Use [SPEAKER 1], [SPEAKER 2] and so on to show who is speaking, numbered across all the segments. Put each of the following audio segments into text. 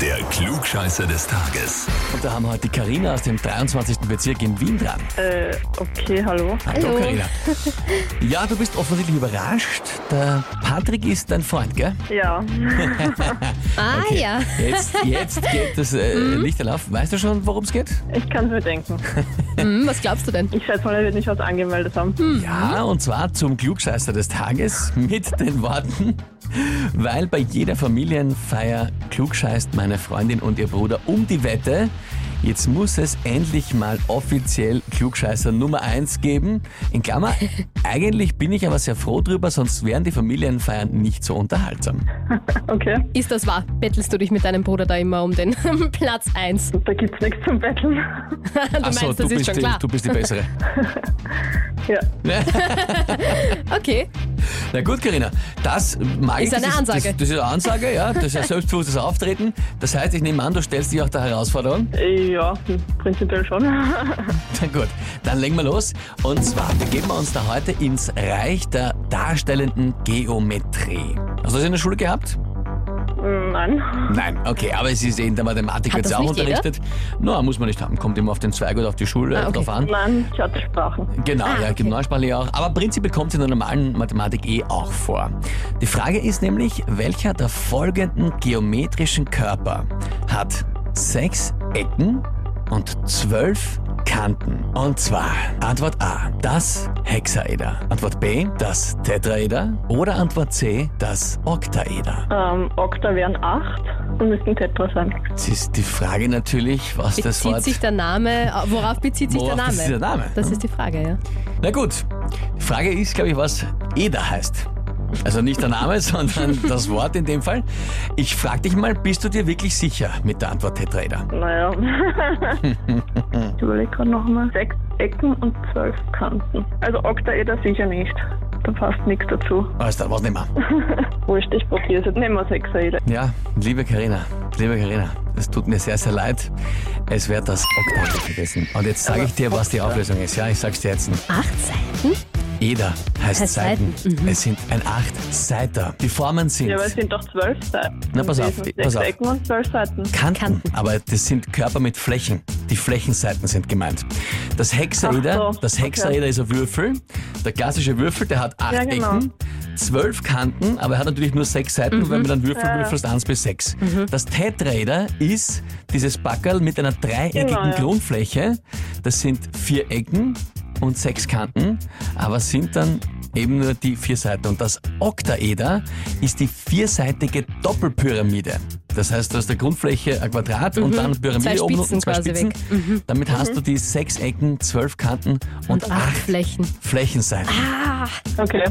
[SPEAKER 1] Der Klugscheißer des Tages.
[SPEAKER 2] Und da haben wir heute die Karina aus dem 23. Bezirk in Wien dran.
[SPEAKER 3] Äh, okay, hallo.
[SPEAKER 2] Hallo
[SPEAKER 4] Hallo.
[SPEAKER 2] Karina. Ja, du bist offensichtlich überrascht. Der Patrick ist dein Freund, gell?
[SPEAKER 3] Ja,
[SPEAKER 4] Ah ja.
[SPEAKER 2] Jetzt, jetzt geht das äh, Lichterl auf. Weißt du schon, worum es geht?
[SPEAKER 3] ich kann es mir denken.
[SPEAKER 4] Hm, was glaubst du denn?
[SPEAKER 3] Ich schätze mal, er wird nicht was angemeldet haben.
[SPEAKER 2] Hm. Ja, und zwar zum Klugscheißer des Tages
[SPEAKER 4] Hm.
[SPEAKER 2] mit den Worten, weil bei jeder Familienfeier klugscheißt meine Freundin und ihr Bruder um die Wette. Jetzt muss es endlich mal offiziell Klugscheißer Nummer 1 geben. In Klammer, eigentlich bin ich aber sehr froh drüber, sonst wären die Familienfeiern nicht so unterhaltsam.
[SPEAKER 3] Okay,
[SPEAKER 4] Ist das wahr? Bettelst du dich mit deinem Bruder da immer um den Platz 1? Du
[SPEAKER 3] da gibt's nichts zum Betteln.
[SPEAKER 2] Ach
[SPEAKER 4] meinst,
[SPEAKER 2] so,
[SPEAKER 4] das
[SPEAKER 2] du,
[SPEAKER 4] ist
[SPEAKER 2] bist
[SPEAKER 4] schon
[SPEAKER 2] die,
[SPEAKER 4] klar.
[SPEAKER 2] du bist die Bessere.
[SPEAKER 3] Ja,
[SPEAKER 4] Okay,
[SPEAKER 2] Na gut, Karina, das mag
[SPEAKER 4] Ist
[SPEAKER 2] ich.
[SPEAKER 4] eine
[SPEAKER 2] das
[SPEAKER 4] Ansage.
[SPEAKER 2] Das, das ist eine Ansage, ja. Das ist ein selbstbewusstes Auftreten. Das heißt, ich nehme an, du stellst dich auch der Herausforderung.
[SPEAKER 3] äh, ja prinzipiell schon.
[SPEAKER 2] Na gut, dann legen wir los. Und zwar begeben wir uns da heute ins Reich der darstellenden Geometrie. Hast du das in der Schule gehabt?
[SPEAKER 3] Nein.
[SPEAKER 2] Nein. Okay, aber es ist eh in der Mathematik
[SPEAKER 4] Hat
[SPEAKER 2] wird's
[SPEAKER 4] das
[SPEAKER 2] auch
[SPEAKER 4] nicht jeder?
[SPEAKER 2] unterrichtet. Na, muss man nicht haben. Kommt immer auf den Zweig oder auf die Schule
[SPEAKER 4] Ah, okay.
[SPEAKER 2] drauf an.
[SPEAKER 3] Nein, ich hatte Sprachen.
[SPEAKER 2] Genau,
[SPEAKER 4] Ah,
[SPEAKER 2] ja,
[SPEAKER 4] okay.
[SPEAKER 2] Gymnasialsprache auch. Aber prinzipiell kommt es in der normalen Mathematik eh auch vor. Die Frage ist nämlich, welcher der folgenden geometrischen Körper hat sechs Ecken und zwölf Kanten? Und zwar Antwort A, das Hexaeder. Antwort B, das Tetraeder. Oder Antwort C, das Oktaeder.
[SPEAKER 3] Ähm, Okta wären acht und müssten Tetra sein.
[SPEAKER 2] Jetzt ist die Frage natürlich, was das
[SPEAKER 4] bezieht
[SPEAKER 2] Wort...
[SPEAKER 4] sich der Name, äh, worauf bezieht sich
[SPEAKER 2] Worauf
[SPEAKER 4] der Name?
[SPEAKER 2] bezieht der Name?
[SPEAKER 4] Das
[SPEAKER 2] Hm?
[SPEAKER 4] ist die Frage, ja.
[SPEAKER 2] Na gut, die Frage ist, glaube ich, was Eder heißt. Also nicht der Name, sondern das Wort in dem Fall. Ich frage dich mal, bist du dir wirklich sicher mit der Antwort Tetraeder?
[SPEAKER 3] Naja. ich überlege gerade nochmal. Sechs Ecken und zwölf Kanten. Also Oktaeder sicher nicht. Da passt nichts dazu.
[SPEAKER 2] Alles klar, was nehmen wir?
[SPEAKER 3] Wurscht, ich probiere es jetzt. Nehmen wir Sechsaeder.
[SPEAKER 2] Ja, liebe Karina, liebe Karina, es tut mir sehr, sehr leid. Es wäre das Oktaeder gewesen. Und jetzt sage ich dir, was die Auflösung ist. Ja, ich sag's dir jetzt.
[SPEAKER 4] Acht Seiten?
[SPEAKER 2] Eder heißt,
[SPEAKER 4] Heißt
[SPEAKER 2] Seiten. Mhm. Es sind ein Acht-Seiter. Die Formen sind
[SPEAKER 3] Ja, aber es sind doch zwölf Seiten.
[SPEAKER 2] Na, pass auf,
[SPEAKER 3] Sechs
[SPEAKER 2] pass auf.
[SPEAKER 3] Ecken und zwölf Seiten.
[SPEAKER 2] Kanten,
[SPEAKER 4] Kanten.
[SPEAKER 2] aber das sind Körper mit Flächen. Die Flächenseiten sind gemeint. Das Hexaeder,
[SPEAKER 3] Ach so,
[SPEAKER 2] das Hexaeder ist ein Würfel. Der klassische Würfel, der hat acht
[SPEAKER 3] Ja, genau.
[SPEAKER 2] Ecken, zwölf Kanten, aber er hat natürlich nur sechs Seiten. Und wenn
[SPEAKER 4] Mhm.
[SPEAKER 2] man dann Würfel
[SPEAKER 3] Ja.
[SPEAKER 2] würfelst, eins bis sechs. Das Tetraeder ist dieses Backerl mit einer dreieckigen
[SPEAKER 3] Genau, ja.
[SPEAKER 2] Grundfläche. Das sind vier Ecken und sechs Kanten, aber sind dann eben nur die vier Seiten. Und das Oktaeder ist die vierseitige Doppelpyramide. Das heißt, du hast der Grundfläche ein Quadrat und dann Pyramide
[SPEAKER 4] Mhm. Zwei
[SPEAKER 2] oben
[SPEAKER 4] Spitzen
[SPEAKER 2] und zwei
[SPEAKER 4] quasi
[SPEAKER 2] Spitzen.
[SPEAKER 4] weg. Mhm.
[SPEAKER 2] Damit hast du die sechs Ecken, zwölf Kanten und,
[SPEAKER 4] Und acht
[SPEAKER 2] acht
[SPEAKER 4] Flächen.
[SPEAKER 2] Flächenseiten.
[SPEAKER 3] Okay.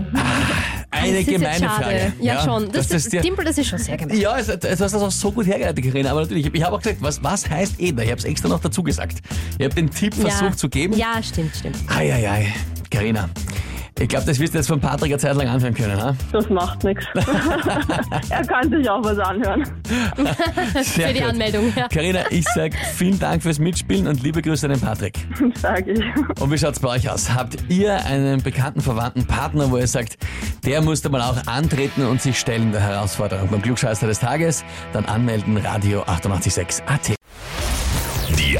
[SPEAKER 4] Das
[SPEAKER 2] Eine
[SPEAKER 4] ist jetzt
[SPEAKER 2] gemeine
[SPEAKER 4] schade.
[SPEAKER 2] Frage.
[SPEAKER 4] Ja, schon. Das,
[SPEAKER 2] dass
[SPEAKER 4] das,
[SPEAKER 2] dir-
[SPEAKER 4] Dimple, das ist schon sehr gemein.
[SPEAKER 2] ja, es, es, du hast das auch so gut hergeleitet, Karina. Aber natürlich, ich habe auch gesagt, was, was heißt Eder? Ich habe es extra noch dazu gesagt. Ich habe den Tipp versucht zu geben.
[SPEAKER 4] Ja, stimmt, stimmt.
[SPEAKER 2] Eieiei, Karina. Ich glaube, das wirst du jetzt von Patrick eine Zeit lang anhören können. Ha?
[SPEAKER 3] Das macht nichts. er kann sich auch was anhören.
[SPEAKER 2] Sehr
[SPEAKER 4] Für die
[SPEAKER 2] gut.
[SPEAKER 4] Anmeldung, ja.
[SPEAKER 2] Karina, ich sage vielen Dank fürs Mitspielen und liebe Grüße an den Patrick.
[SPEAKER 3] Sag ich.
[SPEAKER 2] Und wie schaut's bei euch aus? Habt ihr einen bekannten, verwandten Partner, wo ihr sagt, der musste mal auch antreten und sich stellen der Herausforderung beim Glückscheißer des Tages? Dann anmelden, Radio 886 AT.
[SPEAKER 1] Die